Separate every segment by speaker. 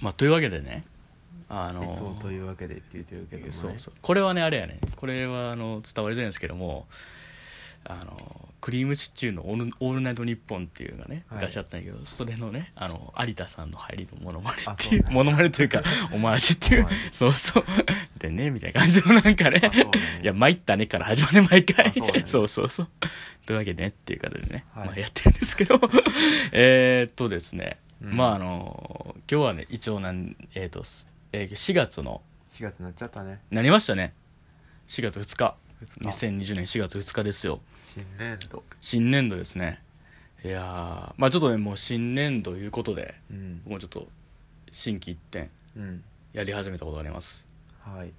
Speaker 1: まあというわけでねあ
Speaker 2: いつも
Speaker 1: の
Speaker 2: というわけでって言ってるけどもね
Speaker 1: そうそうこれはねあれやねこれはあの伝わりづらいんですけどもあのクリームシチューのオール「オールナイトニッポン」っていうのがね
Speaker 2: はい
Speaker 1: 昔あったんやけど、それのねあの有田さんの入りのモノマネ
Speaker 2: あ
Speaker 1: っていう
Speaker 2: そうね
Speaker 1: モノマネという かオマージュっていう
Speaker 2: オマージュ
Speaker 1: そうそうでねみたいな感じのなんかね
Speaker 2: あそうね
Speaker 1: いや参ったね」から始まる毎回
Speaker 2: あそう ね
Speaker 1: そうそうそうというわけでねっていう形でね、
Speaker 2: はい
Speaker 1: まあ、やってるんですけど えーっとですね、
Speaker 2: うん
Speaker 1: まああの今日はね一応なん、えーっとえー4月の「
Speaker 2: 4月になっちゃったね
Speaker 1: なりましたね4月2日
Speaker 2: 2日
Speaker 1: 2020年4月2日ですよ
Speaker 2: 新年度
Speaker 1: 新年度ですねいやーまあちょっとねもう新年度いうことで
Speaker 2: うん
Speaker 1: もうちょっと心機一転
Speaker 2: うん
Speaker 1: やり始めたことがあります
Speaker 2: はい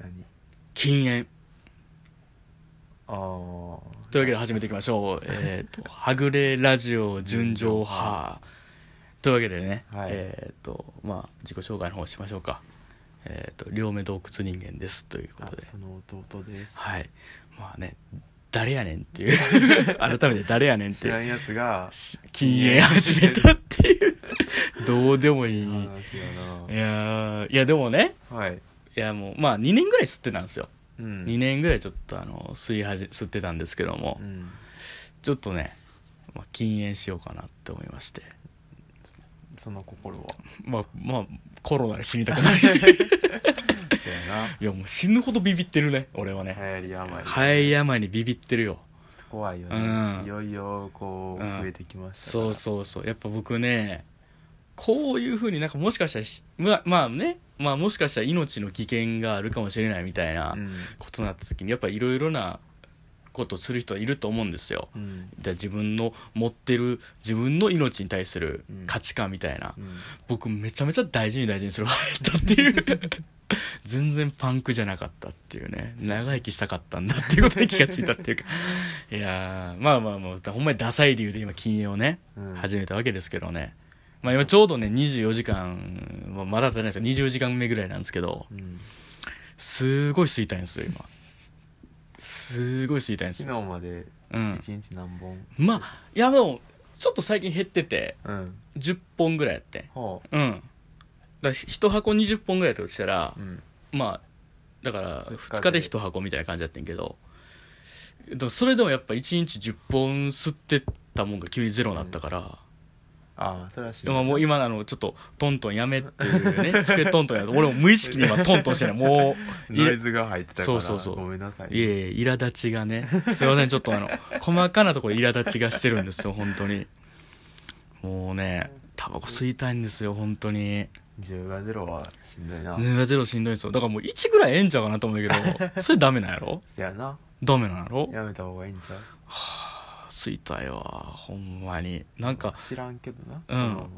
Speaker 2: 何
Speaker 1: 禁煙
Speaker 2: ああ
Speaker 1: というわけで始めていきましょうえっと「はぐれラジオ純情派」というわけでね、
Speaker 2: はい
Speaker 1: えっ、とまあ自己紹介の方しましょうかえっ、と両目洞窟人間ですということで
Speaker 2: その弟です
Speaker 1: はいまあね誰やねんっていう 改めて誰やねんっ
Speaker 2: 知
Speaker 1: ていう
Speaker 2: らんやつが
Speaker 1: し禁煙始めたっていう どうでもいい、い
Speaker 2: 話や
Speaker 1: やーいやでもね
Speaker 2: なはい
Speaker 1: いやもうまあ2年ぐらい吸ってたんですよ、
Speaker 2: うん
Speaker 1: 2年ぐらいちょっとあの吸いはじ吸ってたんですけども、
Speaker 2: うん
Speaker 1: ちょっとね、まあ、禁煙しようかなって思いまして
Speaker 2: その 心は
Speaker 1: まあまあコロナで死にたくない い
Speaker 2: だ
Speaker 1: やもう死ぬほどビビってるね俺はね
Speaker 2: よな流行り
Speaker 1: 流
Speaker 2: 病
Speaker 1: 行り病にビビってるよ
Speaker 2: 怖いよね、
Speaker 1: うん
Speaker 2: いよいよこう
Speaker 1: うん
Speaker 2: 増えてきましたから
Speaker 1: そうそうそうやっぱ僕ねこういうふうになんかもしかしたらしまあまあね、まあ、もしかしたら命の危険があるかもしれないみたいな
Speaker 2: うん
Speaker 1: ことになった時にやっぱいろいろなことをする人はいると思うんですよ
Speaker 2: うん
Speaker 1: じゃあ自分の持ってる自分の命に対する
Speaker 2: うん
Speaker 1: 価値観みたいな、
Speaker 2: うん
Speaker 1: 僕めちゃめちゃ大事に大事にする派やったっていう 全然パンクじゃなかったっていうね長生きしたかったんだっていうことに気がついた っていうかいやーまあまあまあほんまにダサい理由で今禁煙をね
Speaker 2: うん
Speaker 1: 始めたわけですけどね、まあ、今ちょうどね24時間、まあ、まだ経ってないですけど20時間目ぐらいなんですけど
Speaker 2: うん
Speaker 1: すごい吸いたいんですよ今すごい吸いたいんです
Speaker 2: 昨
Speaker 1: よ、
Speaker 2: 日まで
Speaker 1: うん、
Speaker 2: 一日何本
Speaker 1: まあいやでもちょっと最近減ってて
Speaker 2: うん
Speaker 1: 10本ぐらいやって
Speaker 2: ほ
Speaker 1: うんだから1箱20本ぐらいだとしたら
Speaker 2: う、うん、
Speaker 1: まあだから
Speaker 2: 二日で
Speaker 1: 2日で1箱みたいな感じだったんやけどでもそれでもやっぱ1日10本吸ってたもんが急にゼロになったから、
Speaker 2: ああそれはし
Speaker 1: まあ、もう今あのちょっとトントンやめっていうね机トントンやと俺も無意識に今トントンしてないもうい
Speaker 2: ノイズが入ってたから
Speaker 1: そうそうそう
Speaker 2: ごめんなさい
Speaker 1: いえいえ苛立ちがねすいませんちょっとあ の細かなところ苛立ちがしてるんですよ本当にもうねタバコ吸いたいんですよ本当に
Speaker 2: 10が0はしんどいな、
Speaker 1: 0がゼロしんどいんですよだからもう1ぐらいええんちゃうかなと思うけど それダメなんやろ
Speaker 2: せやな
Speaker 1: ダメなんやろ
Speaker 2: やめた方がいいんちゃう
Speaker 1: 吸いたいわほんまになんか
Speaker 2: 知らんけどな、
Speaker 1: うん
Speaker 2: その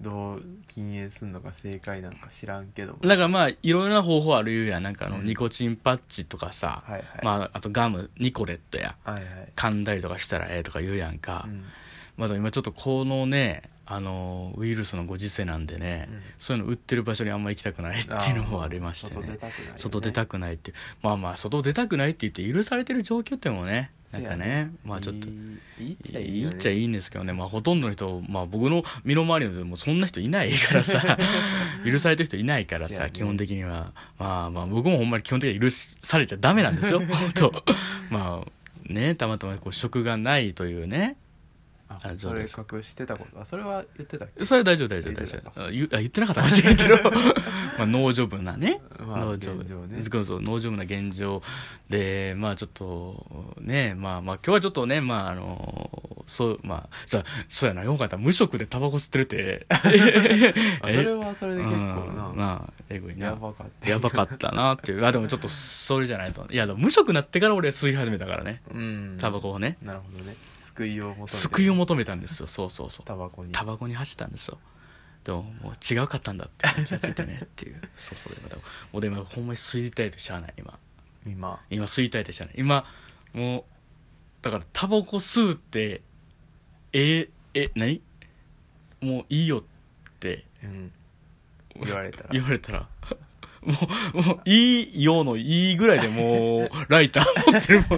Speaker 2: どう禁煙するのが正解なんか知らんけども
Speaker 1: なんかまあいろいろな方法あるやんなんかあの
Speaker 2: うん
Speaker 1: ニコチンパッチとかさ、
Speaker 2: はいはい、
Speaker 1: まあ、あとガムニコレットや
Speaker 2: はいはい、
Speaker 1: 噛んだりとかしたらええとか言うやんか、
Speaker 2: うん
Speaker 1: まあでも今ちょっとこのねあのウイルスのご時世なんでね、
Speaker 2: うん
Speaker 1: そういうの売ってる場所にあんま行きたくないっていうのもありまして
Speaker 2: 外出
Speaker 1: ね
Speaker 2: たくないよね
Speaker 1: 外出たくないっていうまあまあ外出たくないって言って許されてる状況ってもねなんか
Speaker 2: せ
Speaker 1: ね
Speaker 2: やね
Speaker 1: まあちょっと
Speaker 2: いいいいっちゃいい
Speaker 1: いい
Speaker 2: よ
Speaker 1: っ
Speaker 2: ね
Speaker 1: ちゃいいんですけどね、まあ、ほとんどの人、まあ、僕の身の回りの人もそんな人いないから さ許されてる人いないから
Speaker 2: そう
Speaker 1: さ、
Speaker 2: やね
Speaker 1: 基本的には、まあ、まあ僕もほんまに基本的には許されちゃダメなんです よ本当まあねたまたまこう職がないというね
Speaker 2: あ
Speaker 1: あ
Speaker 2: そ
Speaker 1: そう
Speaker 2: れ
Speaker 1: です
Speaker 2: 隠してたことあそれは言ってたっけ
Speaker 1: それは大丈夫大丈夫大丈夫あ言あ言ってなかったかもしれないけど まあ農ジョブなね
Speaker 2: まあ
Speaker 1: 農ジョ
Speaker 2: 現状
Speaker 1: ブ
Speaker 2: ね
Speaker 1: そうそう農ジョブな現状でまあちょっとねまあまあ今日はちょっとねまああのそうまあそうそうやなよかった無職でタバコ吸ってる って
Speaker 2: あそれはそれで結構
Speaker 1: うん
Speaker 2: な
Speaker 1: まあえぐいな
Speaker 2: やばかった
Speaker 1: やばかったなっていうあでもちょっとそれじゃないといやでも無職になってから俺吸い始めたからね
Speaker 2: うん
Speaker 1: タバコをね、
Speaker 2: なるほどね救いを求めて
Speaker 1: 救いを求めたんですよそうそうそう
Speaker 2: タバコに
Speaker 1: タバコに走ったんですよでももう違うかったんだって気がついてねっていうそうそうでもでももうでもほんまに吸いたいとしゃあない今
Speaker 2: 今
Speaker 1: 今吸いたいとしゃあない今もうだからタバコ吸うってええ何もういいよって
Speaker 2: うん言われたら
Speaker 1: 言われたら もうもういいよのいいぐらいでもうライター持ってるも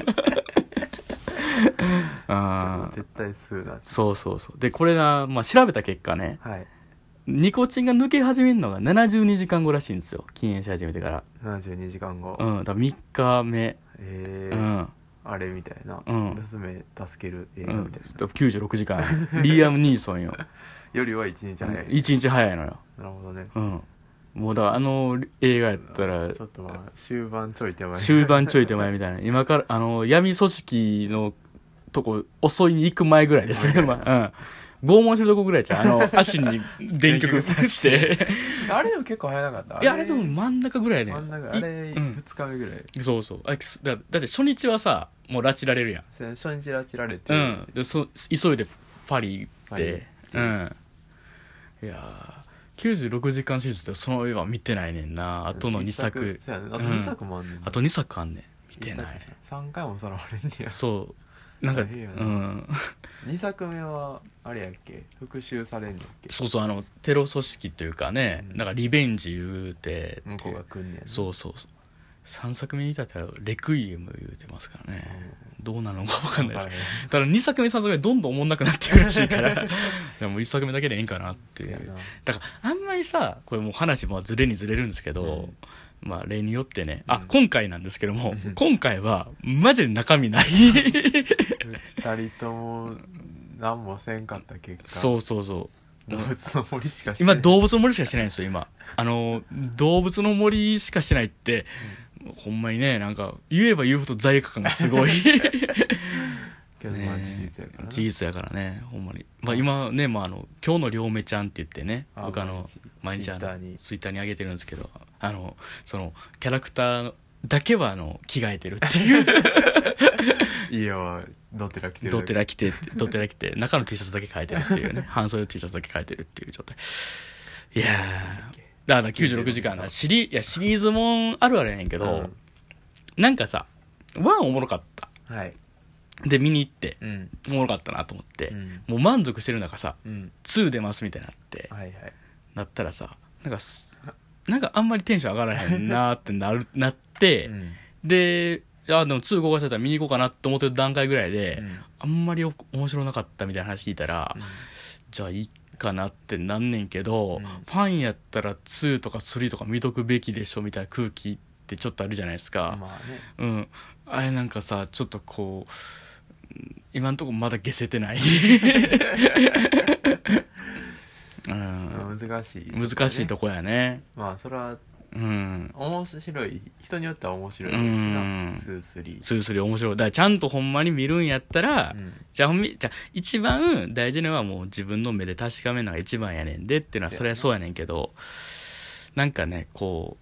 Speaker 1: んあ
Speaker 2: 絶対吸うな
Speaker 1: そうそうそうでこれが、まあ、調べた結果ね
Speaker 2: はい
Speaker 1: ニコチンが抜け始めるのが72時間後らしいんですよ禁煙し始めてから
Speaker 2: 72時間
Speaker 1: う
Speaker 2: 後、
Speaker 1: んだから3日目、
Speaker 2: え
Speaker 1: う
Speaker 2: ー
Speaker 1: ん
Speaker 2: あれみたいな、
Speaker 1: うん
Speaker 2: 娘助ける映
Speaker 1: う
Speaker 2: 画み
Speaker 1: ん
Speaker 2: たいな、、
Speaker 1: 96時間リアム・ニーソンよ
Speaker 2: よりは一日早い、
Speaker 1: 1日早いのよ、
Speaker 2: なるほどね
Speaker 1: うん、もうだからあの映画やったら
Speaker 2: ちょっとまあ終盤ちょい手前
Speaker 1: 終盤ちょい手前みたいな今からあの闇組織のとこ襲いに行く前ぐらいですね、
Speaker 2: はい
Speaker 1: まあうん、拷問してるとこぐらいじゃんあ の足に電極刺して
Speaker 2: あれでも結構早なかった
Speaker 1: いやあれでも真ん中ぐらいね
Speaker 2: 真ん中あれ
Speaker 1: いうん
Speaker 2: 2日目ぐらい、
Speaker 1: そうそうあすだだって初日はさもう拉致られるやん
Speaker 2: せ初日拉致られて、
Speaker 1: うん、でそ急いでパリ行っ
Speaker 2: パリ
Speaker 1: て
Speaker 2: 行って
Speaker 1: うんいやー96時間シリーズってその絵は見てないねんなあとの2作
Speaker 2: そうやねあと2作もあんねんな、
Speaker 1: あと2作あんねん見てない
Speaker 2: 3回もさらわれんねや
Speaker 1: そうなんかう
Speaker 2: 大変やなん2作目はあれやっけ復讐されんのっけ
Speaker 1: そうそうあのテロ組織というかね、
Speaker 2: うん
Speaker 1: なんかリベンジ言うて
Speaker 2: 向こうが来んねやな
Speaker 1: そうそうそう3作目に至ってはレクイエム言うてますから
Speaker 2: うん
Speaker 1: ね、どうなのか分かんないです
Speaker 2: わ
Speaker 1: だから2作目3作目どんどんおもんなくなってるらしいから でも1作目だけでええんかなって
Speaker 2: らへん
Speaker 1: い
Speaker 2: や
Speaker 1: う
Speaker 2: な
Speaker 1: だからあんまりさこれもう話まあずれにずれるんですけど、まあ例によってねあ、
Speaker 2: うん
Speaker 1: 今回なんですけども
Speaker 2: うん
Speaker 1: 今回はマジで中身 ない
Speaker 2: 二人とも何もせんかった結果
Speaker 1: そうそうそう
Speaker 2: 動物の森しかして
Speaker 1: 今動物の森しかしてないんですよ今あの動物の森しかしてないって、ほんまにねなんか言えば言うほど罪悪感がすごい
Speaker 2: けどまあ事実やからな
Speaker 1: 事実やからねほんまに、まあ、今ね、まあ、あの今日の両目ちゃんって言ってね
Speaker 2: あ
Speaker 1: 僕あの毎
Speaker 2: 毎
Speaker 1: 日
Speaker 2: 日
Speaker 1: あの
Speaker 2: Twitter に
Speaker 1: ツイッターに上げてるんですけどあのそのキャラクターだけはあの着替えてるって いう
Speaker 2: 家はドテラ来てる
Speaker 1: ドテ
Speaker 2: ラ
Speaker 1: ラ着てってドテラ着て中の T シャツだけ変えてるっていう ね半袖の T シャツだけ変えてるっていう状態いやーだから96時間なシリいやシリーズもんあるあるやねんけ
Speaker 2: け
Speaker 1: ど、なんかさワンおもろかった
Speaker 2: はい
Speaker 1: で見に行って
Speaker 2: うん
Speaker 1: おもろかったなと思って、
Speaker 2: うん
Speaker 1: もう満足してる中さ
Speaker 2: うん
Speaker 1: 2出ますみたいになって
Speaker 2: はいはい
Speaker 1: なったらさなんかすなんかあんまりテンション上がらへんなーってなる なって、
Speaker 2: うん
Speaker 1: であでも2動かせたら見に行こうかなと思ってる段階ぐらいで、
Speaker 2: うん
Speaker 1: あんまりお面白なかったみたいな話聞いたら、じゃあいいかなってなんねんけど、
Speaker 2: うん
Speaker 1: ファンやったら2とか3とか見とくべきでしょみたいな空気ってちょっとあるじゃないですか、
Speaker 2: まあね
Speaker 1: うんあれなんかさちょっとこううん今んとこまだ消せてない、うん、
Speaker 2: 難しい
Speaker 1: 難しいとこやね
Speaker 2: まあそれは
Speaker 1: うん
Speaker 2: 面白い人によっては面白い
Speaker 1: うん
Speaker 2: ですな23
Speaker 1: スルスル面白いだからちゃんとほんまに見るんやったら、
Speaker 2: うん
Speaker 1: じゃあほんみじゃあ一番大事なのはもう自分の目で確かめるのが一番やねんでっていうのはそ
Speaker 2: そ
Speaker 1: れ
Speaker 2: や
Speaker 1: は
Speaker 2: な
Speaker 1: そうやねんけどなんかねこ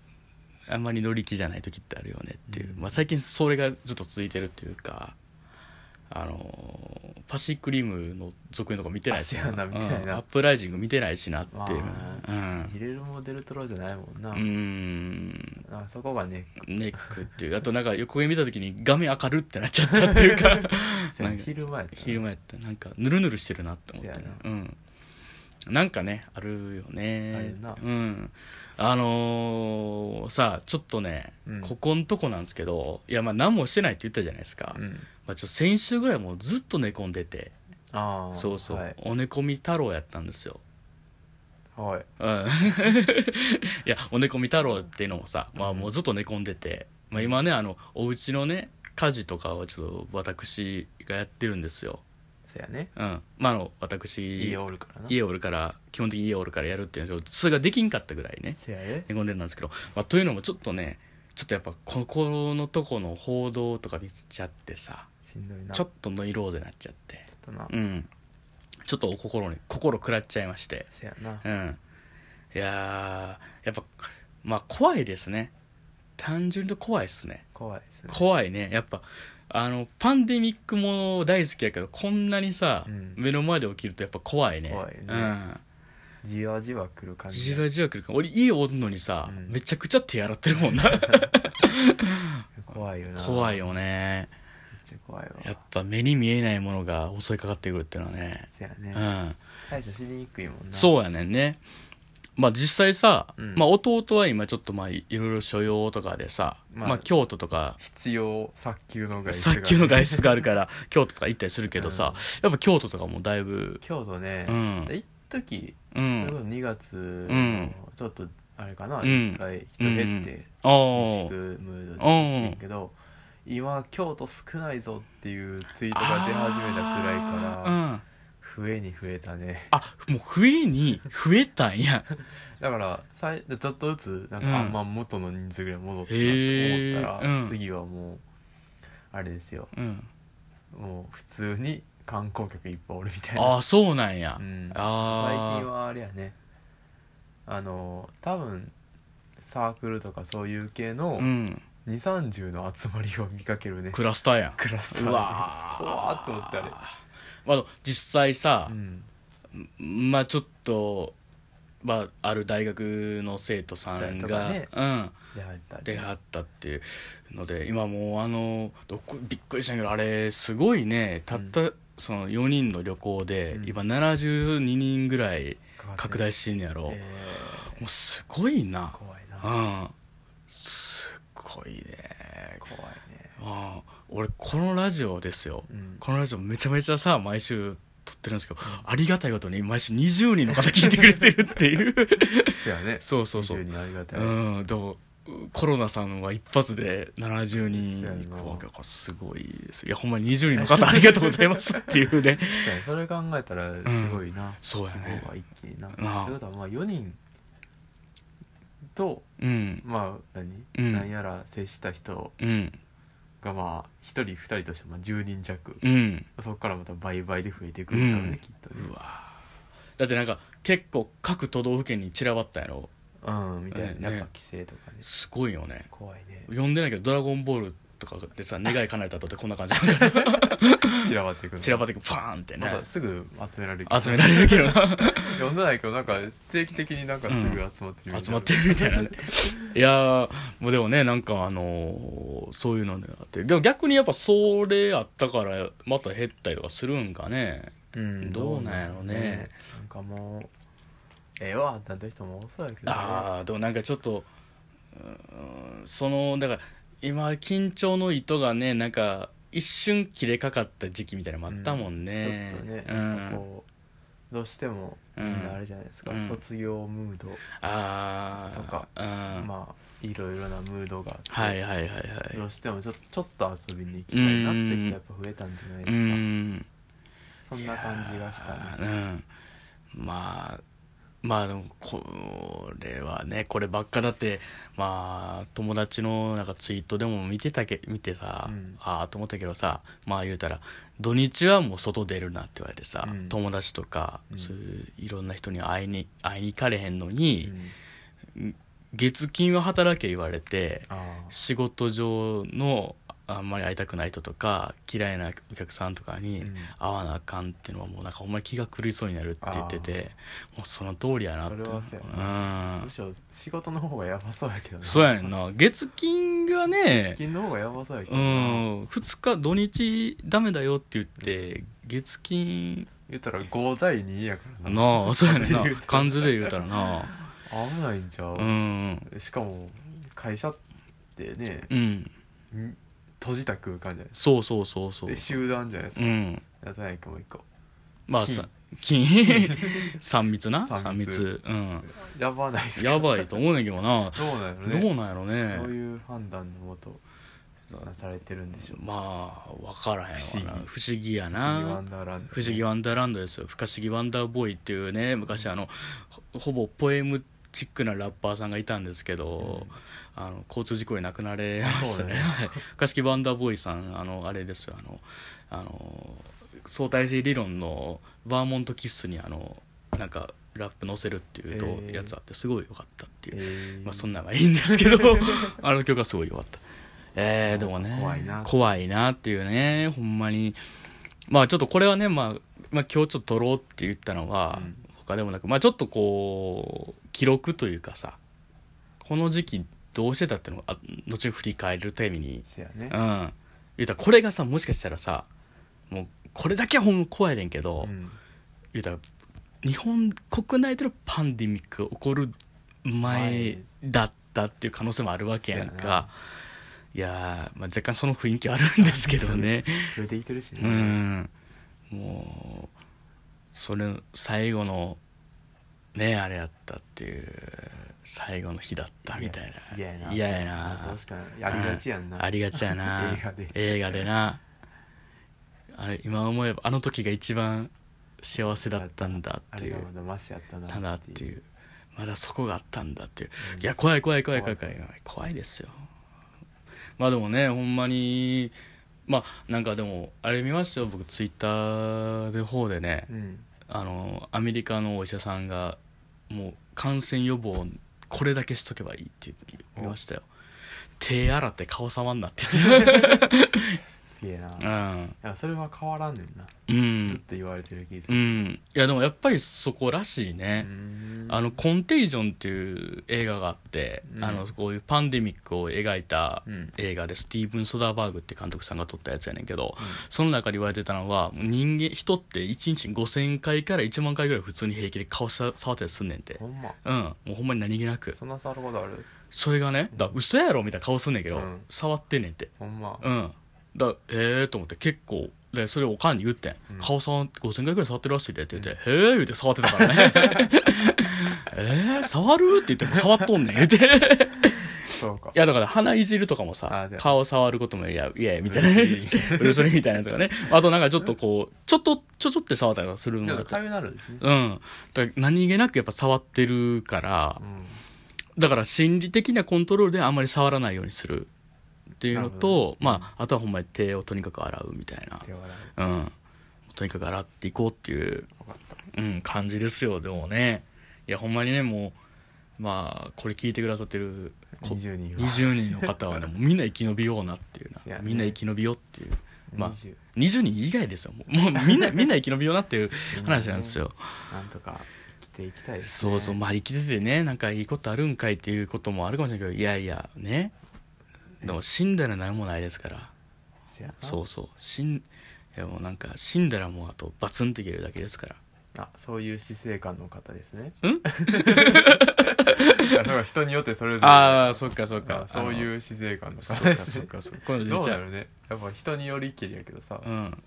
Speaker 1: うあんまり乗り気じゃない時ってあるよねっていう、
Speaker 2: うん
Speaker 1: まあ、最近それがずっと続いてるっていうかあのーパシックリムの続編とか見てないし
Speaker 2: あそうやな見てないな
Speaker 1: うんアップライジング見てないしなっていう
Speaker 2: ま
Speaker 1: うん
Speaker 2: ギレルモ・デルトロじゃないもんな
Speaker 1: うーん
Speaker 2: あそこがね
Speaker 1: ネックっていうあとなんか横目見た時に画面明るってなっちゃったっていうかなんか
Speaker 2: 昼前やったな
Speaker 1: 昼間やったなんかぬるぬるしてるなって思って
Speaker 2: せ
Speaker 1: ね
Speaker 2: や
Speaker 1: うんなんかねあるよね
Speaker 2: あるな
Speaker 1: うんあのーさあちょっとね、
Speaker 2: うん
Speaker 1: ここんとこなんですけどいやまあ何もしてないって言ったじゃないですか、
Speaker 2: う
Speaker 1: まあ、
Speaker 2: ん
Speaker 1: ちょっと先週ぐらいもうずっと寝込んでて
Speaker 2: ああ
Speaker 1: そうそう、
Speaker 2: はい
Speaker 1: お寝込み太郎やったんですよ
Speaker 2: はい
Speaker 1: うん いやお寝込み太郎っていうのもさ、まあ、もうずっと寝込んでて、まあ、今ねあのお家のね家事とかはちょっと私がやってるんですよ
Speaker 2: そやね
Speaker 1: うんまああの私
Speaker 2: 家おるからな
Speaker 1: 家おるから基本的に家おるからやるっていうのはそれができんかったぐらいね
Speaker 2: せやで
Speaker 1: 寝込んでたんですけど、まあ、というのもちょっとねちょっとやっぱここのとこの報道とか見ちゃってさ
Speaker 2: しんどいな
Speaker 1: ちょっ
Speaker 2: ち
Speaker 1: とノイローゼになっちゃって
Speaker 2: ょっとな
Speaker 1: うんちょっとお心に心食らっちゃいまして
Speaker 2: せやな
Speaker 1: うんいやーやっぱまあ怖いですね単純に怖いですね
Speaker 2: 怖いですね
Speaker 1: 怖いねやっぱあのパンデミックもの大好きやけどこんなにさ、
Speaker 2: うん
Speaker 1: 目の前で起きるとやっぱ怖いね
Speaker 2: 怖いね
Speaker 1: うん
Speaker 2: じわじわ来る感じ
Speaker 1: じわじわくるから俺家おんのにさ、
Speaker 2: うん
Speaker 1: めちゃくちゃ手洗ってるもんな
Speaker 2: 怖いよ な
Speaker 1: 怖い
Speaker 2: よ
Speaker 1: よね
Speaker 2: めっちゃ怖い
Speaker 1: やっ
Speaker 2: わ
Speaker 1: ぱ目に見えないものが襲いかかってくるっていうのはね
Speaker 2: せや
Speaker 1: う
Speaker 2: ね
Speaker 1: ん
Speaker 2: 対処しにくいもんな
Speaker 1: そうやねんねまあ実際さ、
Speaker 2: うん
Speaker 1: まあ弟は今ちょっとまあいろいろ所用とかでさ、ま
Speaker 2: ま
Speaker 1: あ
Speaker 2: あ
Speaker 1: 京都とか
Speaker 2: 必要早急の外出が
Speaker 1: さっきの外 出があるから京都とか行ったりするけどさ、やっぱ京都とかもだいぶ
Speaker 2: 京都ね
Speaker 1: うん
Speaker 2: 行っ時、
Speaker 1: う
Speaker 2: それ
Speaker 1: ん
Speaker 2: こそ2月
Speaker 1: ん
Speaker 2: のちょっとあれかな、
Speaker 1: うん
Speaker 2: 一回人減って
Speaker 1: あ
Speaker 2: 自
Speaker 1: ー
Speaker 2: 粛ムードで行ってんけど今京都少ないぞっていうツイートが出始めたくらいから
Speaker 1: あーうん
Speaker 2: 増えに増えたね
Speaker 1: あもう増えに増えたんや
Speaker 2: だからさいちょっとずつなんか、
Speaker 1: うん
Speaker 2: あんま元の人数ぐらい戻ったな
Speaker 1: へ
Speaker 2: って
Speaker 1: ー
Speaker 2: 思ったら、
Speaker 1: うん
Speaker 2: 次はもうあれですよ
Speaker 1: うん
Speaker 2: もう普通に観光客いっぱいおるみたい な
Speaker 1: ああそうなんや、
Speaker 2: うん、
Speaker 1: あー
Speaker 2: 最近はあれやねあの多分サークルとかそういう系の
Speaker 1: うん、
Speaker 2: 2 3 0の集まりを見かけるね
Speaker 1: クラスターやん
Speaker 2: クラスター
Speaker 1: う
Speaker 2: で
Speaker 1: わー
Speaker 2: 怖ーっと思ってあれ
Speaker 1: まあ、実際さ、
Speaker 2: うん
Speaker 1: まあちょっと、まあ、ある大学の生徒さん
Speaker 2: 生徒が
Speaker 1: が、
Speaker 2: ね
Speaker 1: うん、
Speaker 2: 出会ったり
Speaker 1: 出会ったっていうので今もうあのどこびっくりしたんやけどあれすごいねたった、その4人の旅行で、
Speaker 2: うん
Speaker 1: 今72人ぐらい拡大
Speaker 2: し
Speaker 1: してんねやろ、
Speaker 2: え
Speaker 1: もうすごい
Speaker 2: ー
Speaker 1: な
Speaker 2: 怖いうなん
Speaker 1: すっごいね
Speaker 2: 怖いね
Speaker 1: うん俺このラジオですよ
Speaker 2: うん
Speaker 1: このラジオめちゃめちゃさ毎週撮ってるんですけどありがたいことに毎週20人の方聞いてくれてるっていう
Speaker 2: そうやね
Speaker 1: そうそうそう
Speaker 2: 20にありがたい、
Speaker 1: うんでもコロナさんは一発で70人いく
Speaker 2: そうやな
Speaker 1: わけだからすごいですいやほんまに20人の方ありがとうございますっていうね
Speaker 2: そうやねそれ考えたらすごいな、
Speaker 1: そうやね
Speaker 2: 規模が一気になって
Speaker 1: なあ
Speaker 2: ことはまあ4人と
Speaker 1: うん
Speaker 2: まあ何、
Speaker 1: うん
Speaker 2: 何やら接した人
Speaker 1: うん
Speaker 2: がまあ1人2人としてまあ10人弱、
Speaker 1: うん
Speaker 2: そこからまた倍々で増えてくるんだろうね、
Speaker 1: うん
Speaker 2: きっとね
Speaker 1: うわだってなんか結構各都道府県に散らばったやろ
Speaker 2: うんみたいな、
Speaker 1: ね
Speaker 2: やっぱ規制とかね
Speaker 1: すごいよね
Speaker 2: 怖いね
Speaker 1: 読んでないけど「ドラゴンボール」とかでさ願い叶えた後ってこんな感じなんか
Speaker 2: 散らばってくる
Speaker 1: 散らばってパーンって
Speaker 2: ま
Speaker 1: ね
Speaker 2: たすぐ集められる
Speaker 1: 集められるけどな
Speaker 2: 読んでないけどなんか定期的になんかすぐ集まってるみたいな、
Speaker 1: 集まってるみたいなね いやーもうでもねなんかあのーそういうのねあってでも逆にやっぱそれあったからまた減ったりとかするんかね
Speaker 2: うん
Speaker 1: どうなんやろうね
Speaker 2: なんかもうええわなんて人も多そうやけどね
Speaker 1: ああでもなんかちょっとうーんそのだから今緊張の糸がねなんか一瞬切れかかった時期みたいなのもあったもん
Speaker 2: ちょっ
Speaker 1: ね、
Speaker 2: とね、
Speaker 1: う
Speaker 2: なんか
Speaker 1: ん、
Speaker 2: こうどうしても
Speaker 1: う
Speaker 2: み
Speaker 1: ん
Speaker 2: んなあれじゃないですか、
Speaker 1: うん
Speaker 2: 卒業ムード、
Speaker 1: ああ
Speaker 2: とか
Speaker 1: うん、
Speaker 2: まあいろいろなムードがあって、
Speaker 1: はいはいはいは
Speaker 2: どうしてもちょちょっと遊びに行きたいなって人やっぱ増えたんじゃない
Speaker 1: い
Speaker 2: で
Speaker 1: う
Speaker 2: すか、
Speaker 1: ん
Speaker 2: そんな感じがした
Speaker 1: う
Speaker 2: ね
Speaker 1: んまあまあでもこれはねこればっかだってまあ友達のなんかツイートでも見てたけ見てさ、
Speaker 2: うん
Speaker 1: ああと思ったけどさまあ言うたら土日はもう外出るなって言われてさ、
Speaker 2: うん
Speaker 1: 友達とか、
Speaker 2: うん
Speaker 1: そういういろんな人に会いに会いに行かれへんの
Speaker 2: う
Speaker 1: に、
Speaker 2: ん
Speaker 1: 月金は働け言われて
Speaker 2: あ
Speaker 1: 仕事上のあんまり会いたくない人とか嫌いなお客さんとか
Speaker 2: ー
Speaker 1: に、
Speaker 2: うん
Speaker 1: 会わなあかんっていうのはもうなんかほんまに気が狂いそうになるって言っててもうその通りやなって
Speaker 2: それはそう
Speaker 1: うん
Speaker 2: むしろ仕事の方がやばそうやけどね
Speaker 1: そうやねんな月金がね
Speaker 2: 月金の方がやばそうやけ
Speaker 1: う
Speaker 2: どな、
Speaker 1: ん2日土日ダメだよって言って月金
Speaker 2: 言ったら5対2やからな
Speaker 1: なあそうやねんな
Speaker 2: 言うたら
Speaker 1: 感じで言うたらな
Speaker 2: 危ないんちゃ
Speaker 1: う
Speaker 2: う、
Speaker 1: ん
Speaker 2: しかも会社ってね
Speaker 1: う、ん
Speaker 2: ん閉じた空間じゃないです
Speaker 1: そうそうそうそ
Speaker 2: か
Speaker 1: う
Speaker 2: で集団じゃないです
Speaker 1: う
Speaker 2: か、
Speaker 1: ん
Speaker 2: やったんやけどもう一個
Speaker 1: まあ
Speaker 2: 金
Speaker 1: さ金 三密な三
Speaker 2: 三
Speaker 1: 密
Speaker 2: 密
Speaker 1: うん
Speaker 2: やばないっすか
Speaker 1: やばいと思うねんけどな
Speaker 2: どうなんや
Speaker 1: ど
Speaker 2: ろね
Speaker 1: うなんやろ
Speaker 2: どう
Speaker 1: ね
Speaker 2: いう判断のもとなされてるんでしょう
Speaker 1: まあ分からへんわな不
Speaker 2: 不
Speaker 1: 思議や
Speaker 2: 不思議
Speaker 1: な
Speaker 2: ワンダーランド
Speaker 1: 不思議ワンダーランドですよ不可思議ワンダーボーイっていうね昔あのほほぼポエムチックなラッパーさんがいたんですけど、あの交通事故で亡くなれましたね
Speaker 2: そうね
Speaker 1: はい不可思議ワンダーボーイさんあのあれですよあのあの相対性理論のバーモントキッスにあのなんかラップ載せるっていうと
Speaker 2: へえ
Speaker 1: やつあってすごい良かったっていう、
Speaker 2: えー
Speaker 1: まあそんなんはいいんですけ どあの曲はすごい良かったえー、でもね
Speaker 2: 怖いな
Speaker 1: 怖いなっていうねほんまにまあちょっとこれはね、まあ、まあ今日ちょっと撮ろうって言ったのは、
Speaker 2: うん
Speaker 1: 他でもなくまあちょっとこう記録というかさこの時期どうしてたっていうのをあ後に振り返るために
Speaker 2: せやね
Speaker 1: うん言うたらこれがさもしかしたらさもうこれだけはほんま怖いねんけど、
Speaker 2: うん
Speaker 1: 言うたら日本国内でのパンデミックが起こる前だったっていう可能性もあるわけやん
Speaker 2: そうやな
Speaker 1: かいやー、まあ、若干その雰囲気はあるんですけどね
Speaker 2: 増えていってるし
Speaker 1: う
Speaker 2: ね
Speaker 1: んもうそれ最後のねあれやったっていう最後の日だったみたいな
Speaker 2: 嫌やな
Speaker 1: 嫌やな
Speaker 2: 確かにありがちやんな、
Speaker 1: うんありがちやな
Speaker 2: 映画で
Speaker 1: なあれ今思えばあの時が一番幸せだったんだ
Speaker 2: あ
Speaker 1: って
Speaker 2: れ
Speaker 1: い
Speaker 2: が
Speaker 1: う
Speaker 2: まだマシやったな
Speaker 1: ただっていうまだそこがあったんだっていう
Speaker 2: うん
Speaker 1: いや怖い怖い怖い怖い怖い怖い怖いですよまあでもねほんまにまあなんかでもあれ見ましたよ僕ツイッターで方でね
Speaker 2: うん
Speaker 1: あのアメリカのお医者さんがもう感染予防これだけしとけばいいって言いましたよ手洗って顔触んなって言って
Speaker 2: すげえな、
Speaker 1: う
Speaker 2: い
Speaker 1: ん
Speaker 2: やそれは変わらんねんな、
Speaker 1: う
Speaker 2: ずっ
Speaker 1: ん
Speaker 2: と言われてる気がす
Speaker 1: う
Speaker 2: る、
Speaker 1: んいやでもやっぱりそこらしいね、
Speaker 2: うん
Speaker 1: あの「コンテージョン」っていう映画があって、
Speaker 2: うん
Speaker 1: あのこういうパンデミックを描いた
Speaker 2: うん
Speaker 1: 映画でスティーブン・ソダーバーグって監督さんが撮ったやつやねんけど、その中で言われてたのは人間人って1日に5000回から1万回ぐらい普通に平気で顔さ触ったりすんねんて
Speaker 2: ほんま
Speaker 1: うんもうほんまに何気なく
Speaker 2: そんな触ることある
Speaker 1: それがねだ嘘やろみたいな顔すんねんけど、
Speaker 2: うん
Speaker 1: 触ってんねんて
Speaker 2: ほんま、
Speaker 1: うんだええー、と思って結構でそれをおかんに言ってん、
Speaker 2: うん
Speaker 1: 顔さん5000回くらい触ってるらしいでって言って「へえ」言うて触ってたから ね「えー、触る?」って言っても触っと んねん言うてい
Speaker 2: そうか
Speaker 1: やだから鼻いじるとかも
Speaker 2: あ
Speaker 1: さ
Speaker 2: ーで
Speaker 1: 顔触ることもいやいやみたいな ブ
Speaker 2: ブル
Speaker 1: ル
Speaker 2: ースリ
Speaker 1: ース・リーみたいなのとかねあとなんかちょっとこうちょっとちょちょって触ったりとかする
Speaker 2: ち
Speaker 1: の
Speaker 2: ょっ
Speaker 1: だ
Speaker 2: と
Speaker 1: と
Speaker 2: ためになるんですね、
Speaker 1: うんだから何気なくやっぱ触ってるから
Speaker 2: うん
Speaker 1: だから心理的なコントロールであんまり触らないようにするっていうの
Speaker 2: なるほ
Speaker 1: と、まあ、あとはほんまに手をとにかく洗うみたいな
Speaker 2: 手を洗う
Speaker 1: うん、とにかく洗っていこうっていう、
Speaker 2: 分かった
Speaker 1: うん、感じですよでもねいやほんまにねもうまあこれ聞いてくださってるこ
Speaker 2: 20人は
Speaker 1: 20人の方はねもうみんな生き延びようなっていう
Speaker 2: い
Speaker 1: な
Speaker 2: やね
Speaker 1: みんな生き延びようっていうまあ
Speaker 2: 20
Speaker 1: 20人以外ですよもうもうみんなみんな生き延びようなっていう話なんですよ
Speaker 2: なんとか生きていきたいです、ね、
Speaker 1: そうそうまあ生きててねなんかいいことあるんかいっていうこともあるかもしれないけどいやいやねでも死んだら何もないですから
Speaker 2: せやな
Speaker 1: そうそう死んいやもうなんか死んだらもうあとバツンといけるだけですから
Speaker 2: あそういう死生観の方ですね
Speaker 1: ん
Speaker 2: あそう人によってそれぞれ
Speaker 1: ああそっかそっか
Speaker 2: あそう
Speaker 1: う
Speaker 2: いう死生観の
Speaker 1: そ
Speaker 2: 方
Speaker 1: っ
Speaker 2: で
Speaker 1: か
Speaker 2: す
Speaker 1: そっ
Speaker 2: ね
Speaker 1: かそっかこういうの
Speaker 2: ど
Speaker 1: 出
Speaker 2: う
Speaker 1: ち
Speaker 2: な
Speaker 1: ゃ
Speaker 2: る
Speaker 1: う
Speaker 2: ねやっぱ人によりきりやけどさ、
Speaker 1: うん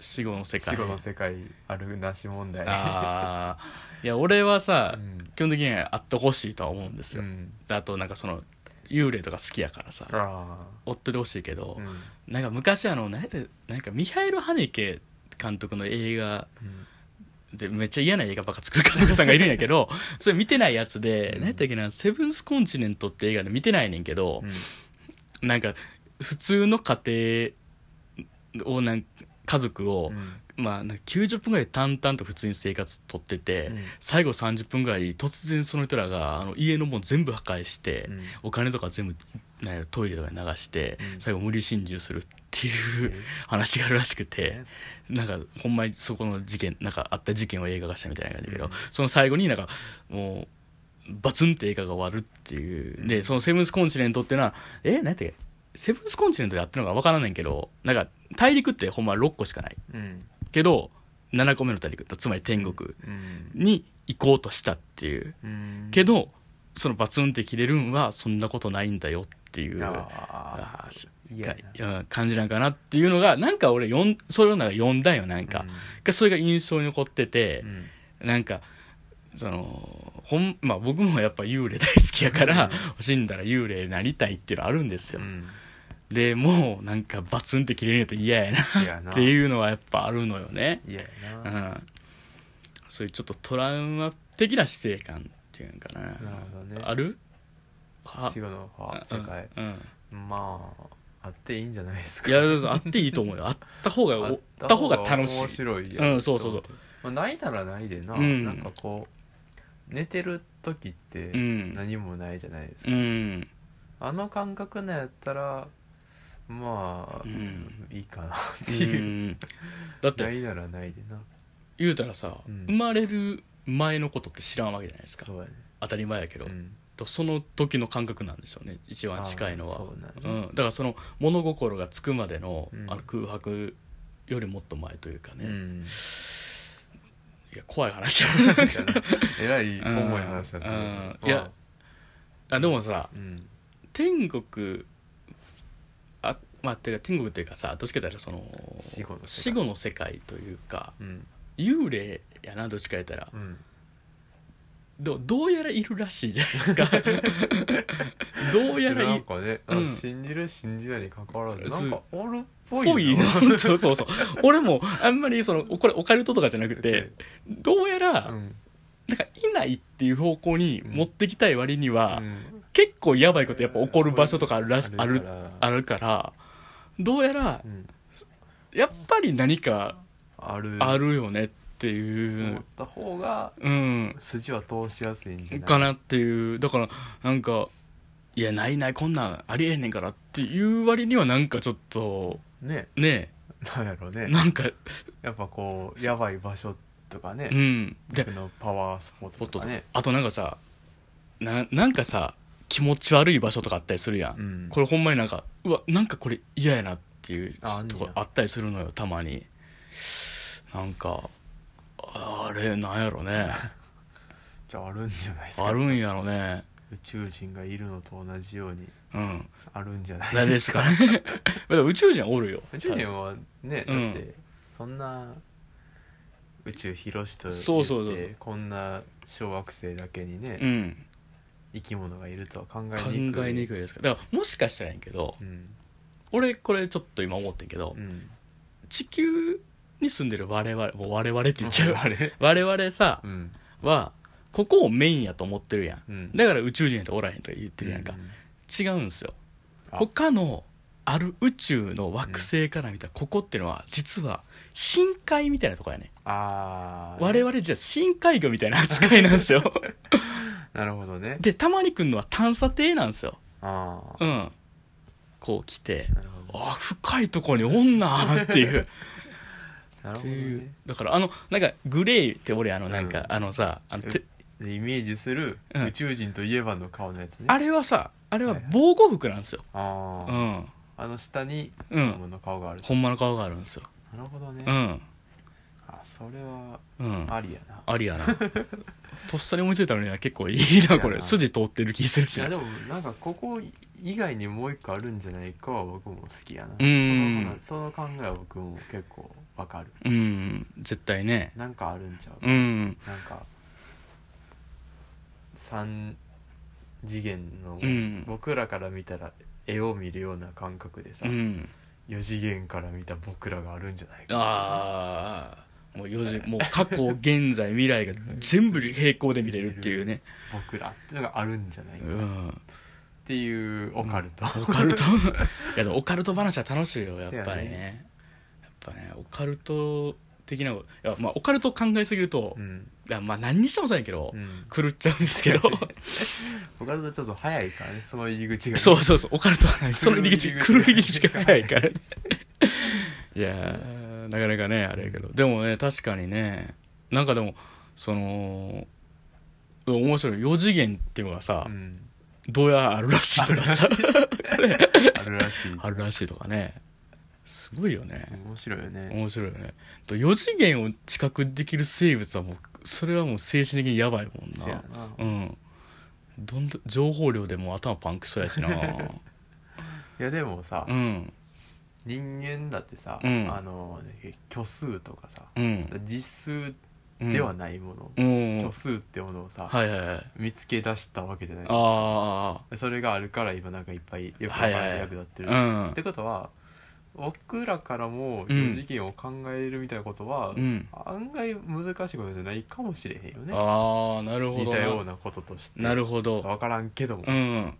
Speaker 1: 死後の世界
Speaker 2: 死後の世界あるなし問題
Speaker 1: ああいや俺はさ、
Speaker 2: うん
Speaker 1: 基本的にはあってほしいとは思うんです
Speaker 2: う
Speaker 1: よ、
Speaker 2: ん
Speaker 1: あとなんかその幽霊とか好きやからさ、
Speaker 2: あ
Speaker 1: 追っててほしいけど、
Speaker 2: あうん、うん
Speaker 1: なんか昔あの何やったなんかミハイル・ハネケ監督の映画でめっちゃ嫌な映画ばっか作る監督さんがいるんやけ どそれ見てないやつで、
Speaker 2: うん
Speaker 1: 何やったっけな「セブンス・コンチネント」って映画で見てないねんけど、
Speaker 2: うん
Speaker 1: なんか普通の家庭をなん家族を、まあ、なんか90分ぐらい淡々と普通に生活とってて、
Speaker 2: うん
Speaker 1: 最後30分ぐらい突然その人らがあの家のもん全部破壊して、
Speaker 2: うん
Speaker 1: お金とか全部なんやろトイレとかに流して、
Speaker 2: うん
Speaker 1: 最後無理心中するっていう
Speaker 2: え
Speaker 1: 話があるらしくて
Speaker 2: え、
Speaker 1: なんかほんまにそこの事件なんかあった事件を映画化したみたいな感じだけど、
Speaker 2: うん
Speaker 1: その最後になんかもうバツンって映画が終わるっていう、
Speaker 2: う
Speaker 1: で
Speaker 2: ん
Speaker 1: その「セブンス・コンチネント」ってのはえなんやったっけセブンス・コンチネントでやってるのか分からないけどなんか大陸ってほんま6個しかない
Speaker 2: うん
Speaker 1: けど7個目の大陸つまり天国
Speaker 2: うん
Speaker 1: に行こうとしたっていう
Speaker 2: うん
Speaker 1: けどそのバツンって切れるんはそんなことないんだよっていう
Speaker 2: あ
Speaker 1: あーし
Speaker 2: ーいや
Speaker 1: かうん感じなんかなっていうのがなんか俺読んそれをなんか読んだんよなん
Speaker 2: な
Speaker 1: か、がそれが印象に残ってて
Speaker 2: う、ん
Speaker 1: なんかそのほん、まあ、僕もやっぱ幽霊大好きやから、死んだら幽霊になりたいっていうのあるんです
Speaker 2: う
Speaker 1: よ、
Speaker 2: ん
Speaker 1: でもうなんかバツンって切れるんやったら嫌やな
Speaker 2: うんいやな
Speaker 1: っていうのはやっぱあるのよね
Speaker 2: いや
Speaker 1: う
Speaker 2: ななる
Speaker 1: ん、そういうちょっとトラウマ的な死生観っていうのかな
Speaker 2: ほどね
Speaker 1: あるあ
Speaker 2: 死後のあ世界
Speaker 1: うんうん
Speaker 2: まああっていいんじゃないですか
Speaker 1: いやそうそうあっていいと思うよあった方がおあった方が楽し
Speaker 2: 面
Speaker 1: い
Speaker 2: 白いや
Speaker 1: うんそうそうそう
Speaker 2: まあ、ないならないでな、
Speaker 1: うん
Speaker 2: なんかこう寝てる時って
Speaker 1: うん
Speaker 2: 何もないじゃないですか、
Speaker 1: うん
Speaker 2: あの感覚なんやったらまあ、
Speaker 1: うん
Speaker 2: いいかなっ
Speaker 1: う
Speaker 2: ていう、
Speaker 1: んだって
Speaker 2: ないならないでな
Speaker 1: 言うたらさ、
Speaker 2: うん
Speaker 1: 生まれる前のことって知らんわけじゃないですか
Speaker 2: そうやね、
Speaker 1: 当たり前やけど、
Speaker 2: うん、
Speaker 1: とその時の感覚なんでしょうね一番近いの
Speaker 2: あ
Speaker 1: は
Speaker 2: ーそうなん
Speaker 1: う
Speaker 2: や
Speaker 1: ん、だからその物心がつくまでの,、
Speaker 2: うん
Speaker 1: あの空白よりもっと前というかね、
Speaker 2: うん
Speaker 1: いや 怖い話だ
Speaker 2: えらい重い話だった
Speaker 1: うん
Speaker 2: ね
Speaker 1: うんいやあでもさ
Speaker 2: うん
Speaker 1: 天国あまあてか天国というかさどっちかというとその
Speaker 2: 死後の世界
Speaker 1: 死後の世界というか
Speaker 2: うん
Speaker 1: 幽霊やなどっちか言ったら
Speaker 2: うん
Speaker 1: どどうやらいるらしいじゃないです かどうやら
Speaker 2: ないんかね、
Speaker 1: うん
Speaker 2: あ信じる信じないに関わらず
Speaker 1: す
Speaker 2: なんかあるっぽ
Speaker 1: ぽ
Speaker 2: い
Speaker 1: い
Speaker 2: な
Speaker 1: のそうそうそう俺もあんまりそのこれオカルトとかじゃなくてどうやら
Speaker 2: う
Speaker 1: なん
Speaker 2: ん
Speaker 1: かいないっていう方向に持ってきたい割には、
Speaker 2: うん
Speaker 1: 結構やばいことやっぱ起こる場所とかあるらしあ
Speaker 2: ある
Speaker 1: る
Speaker 2: から
Speaker 1: あるからどうやら
Speaker 2: うん
Speaker 1: やっぱり何か
Speaker 2: ある
Speaker 1: あるよねってい
Speaker 2: 思っ
Speaker 1: う
Speaker 2: た方が
Speaker 1: うん
Speaker 2: 筋は通しやすいんじゃない
Speaker 1: かなっていうだからなんかいやないないこんなんありえへんねんからっていう割にはなんかちょっと
Speaker 2: ね
Speaker 1: ね
Speaker 2: なんやろうね
Speaker 1: なんか
Speaker 2: やっぱこうやばい場所とかね
Speaker 1: うんで
Speaker 2: 僕のパワースポッ
Speaker 1: ポット
Speaker 2: ト
Speaker 1: と
Speaker 2: とか
Speaker 1: か
Speaker 2: ね
Speaker 1: あとなんかさななんかさ気持ち悪い場所とかあったりするやん、
Speaker 2: うん
Speaker 1: これほんまになんかうわなんかこれ嫌やなっていう
Speaker 2: ああんね
Speaker 1: と
Speaker 2: や
Speaker 1: こあったりするのよたまになんかあれなんやろ ね
Speaker 2: じゃああるんじゃないですか
Speaker 1: あるんやろね
Speaker 2: 宇宙人がいるのと同じように
Speaker 1: うん
Speaker 2: あるんじゃない
Speaker 1: 何ですか ねでも宇宙人はおるよ
Speaker 2: 宇宙人はね
Speaker 1: う
Speaker 2: だ
Speaker 1: ん
Speaker 2: ってそんな宇宙広しと言って
Speaker 1: そうそうそうそう
Speaker 2: こんな小惑星だけにね、
Speaker 1: うん
Speaker 2: 生き物がいるとは考
Speaker 1: 考
Speaker 2: えにくい
Speaker 1: えにくいですからだからもしかしたらやんけど
Speaker 2: うん
Speaker 1: 俺これちょっと今思ってんけど
Speaker 2: うん
Speaker 1: 地球に住んでる我々もう我々って言っちゃう
Speaker 2: あれ
Speaker 1: 我々さ
Speaker 2: うん
Speaker 1: はここをメインやと思ってるやん
Speaker 2: うん
Speaker 1: だから宇宙人やとおらへんとか言ってるやんか、
Speaker 2: うん
Speaker 1: 違うんすよ
Speaker 2: あ
Speaker 1: 他のある宇宙の惑星から見たここってのは実は深海みたいなとこやね
Speaker 2: ああ
Speaker 1: 我々じゃ深海魚みたいな扱いなんですよ
Speaker 2: なるほどね
Speaker 1: でたまに来んのは探査艇なんですよ
Speaker 2: ああ
Speaker 1: うんこう来て
Speaker 2: なるほど
Speaker 1: あ深いところにおんなって いう
Speaker 2: なる
Speaker 1: って
Speaker 2: ほど
Speaker 1: いう、
Speaker 2: ね
Speaker 1: だからあのなんかグレーって俺あのなんか、
Speaker 2: うん
Speaker 1: あのさあのて
Speaker 2: うでイメージする
Speaker 1: うん
Speaker 2: 宇宙人といえばの顔のやつね
Speaker 1: あれはさあれは
Speaker 2: はいはい
Speaker 1: 防護服なんですよ、
Speaker 2: あ
Speaker 1: う
Speaker 2: あ
Speaker 1: ん
Speaker 2: あの下に
Speaker 1: う
Speaker 2: 子
Speaker 1: ん
Speaker 2: 供の顔がある
Speaker 1: ほんまの顔があるんですよ
Speaker 2: なるほどね
Speaker 1: うん
Speaker 2: あそれは
Speaker 1: うん
Speaker 2: ありやな
Speaker 1: ありやな とっさに思いついたのには結構いいなこ
Speaker 2: いや
Speaker 1: れ
Speaker 2: な
Speaker 1: 筋通ってる気する
Speaker 2: い
Speaker 1: し
Speaker 2: や
Speaker 1: な
Speaker 2: でもなんかここ以外にもう一個あるんじゃないかは僕も好きやな
Speaker 1: うん
Speaker 2: その考えは僕も結構わかる
Speaker 1: うん絶対ね
Speaker 2: なんかあるんちゃう、
Speaker 1: うん
Speaker 2: なんか3次元の、
Speaker 1: うん
Speaker 2: 僕らから見たら絵を見るような感覚でさ、
Speaker 1: うん
Speaker 2: 4次元から見た僕らがあるんじゃないか
Speaker 1: ああもう四時もう過去現在未来が全部並行で見れるっていうね
Speaker 2: 僕らっていうのがあるんじゃないうかっ
Speaker 1: ん
Speaker 2: ていうオカルト、
Speaker 1: オカルトいやでもオカルト話は楽しいよやっぱ
Speaker 2: そうや
Speaker 1: りね
Speaker 2: ね
Speaker 1: やっぱねオカルト的なこといや、まあ、オカルト考えすぎると、
Speaker 2: う
Speaker 1: い
Speaker 2: ん
Speaker 1: やまあ何にしてもそうやけど、
Speaker 2: うん
Speaker 1: 狂っちゃうんですけど
Speaker 2: オカルトちょっと早いからねその入り口がね
Speaker 1: そうそうそうオカルトはないその入り口狂
Speaker 2: 狂
Speaker 1: い入り
Speaker 2: い入り
Speaker 1: 口
Speaker 2: 口
Speaker 1: が早いから ねいやーなかなかねあれやけどでもね確かにねなんかでもその面白い4次元っていうのがさ、
Speaker 2: うん
Speaker 1: どうやらあるらしいとかさ
Speaker 2: あるらしい
Speaker 1: あるらしいとかねすごいよね、
Speaker 2: 面白いよね
Speaker 1: 面白いよねと4次元を知覚できる生物はもうそれはもう精神的にやばいもん
Speaker 2: せや
Speaker 1: な
Speaker 2: な
Speaker 1: うんどんど情報量でもう頭パンクそうやしな
Speaker 2: いやでもさ、
Speaker 1: うん
Speaker 2: 人間だってさ、
Speaker 1: うん
Speaker 2: あの虚数とかさ
Speaker 1: うん
Speaker 2: 実
Speaker 1: うん
Speaker 2: 数ではないもの、
Speaker 1: うん
Speaker 2: 虚数ってものをさ、
Speaker 1: はいはいはい
Speaker 2: 見つけ出したわけじゃない
Speaker 1: あ
Speaker 2: それがあるから今なんかいっぱいよくわか
Speaker 1: はい
Speaker 2: ん
Speaker 1: はい
Speaker 2: ない役立って
Speaker 1: あ
Speaker 2: る、
Speaker 1: うん
Speaker 2: ってことは僕らからも
Speaker 1: うん
Speaker 2: 4次元を考えるみたいなことは、
Speaker 1: うん
Speaker 2: 案外難しいことじゃないかもしれへんよね
Speaker 1: ああなるほ
Speaker 2: 似
Speaker 1: ど
Speaker 2: たよう
Speaker 1: な
Speaker 2: なこととして
Speaker 1: なるほど
Speaker 2: 分からんけども
Speaker 1: う、ん